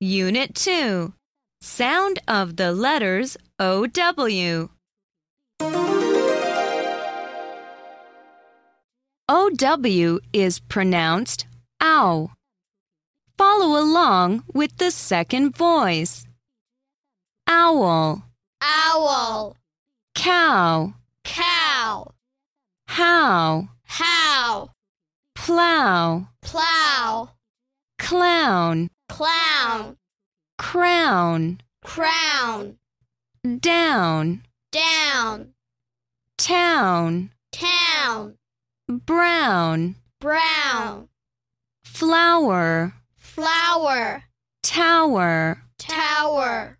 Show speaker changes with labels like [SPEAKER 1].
[SPEAKER 1] Unit 2 Sound of the letters OW. OW is pronounced ow. Follow along with the second voice. Owl,
[SPEAKER 2] Owl,
[SPEAKER 1] cow,
[SPEAKER 2] cow,
[SPEAKER 1] how,
[SPEAKER 2] how,
[SPEAKER 1] plow,
[SPEAKER 2] plow,
[SPEAKER 1] clown,
[SPEAKER 2] clown,
[SPEAKER 1] crown,
[SPEAKER 2] crown,
[SPEAKER 1] down,
[SPEAKER 2] down,
[SPEAKER 1] town,
[SPEAKER 2] town,
[SPEAKER 1] brown,
[SPEAKER 2] brown,
[SPEAKER 1] flower,
[SPEAKER 2] flower,
[SPEAKER 1] tower.
[SPEAKER 2] tower.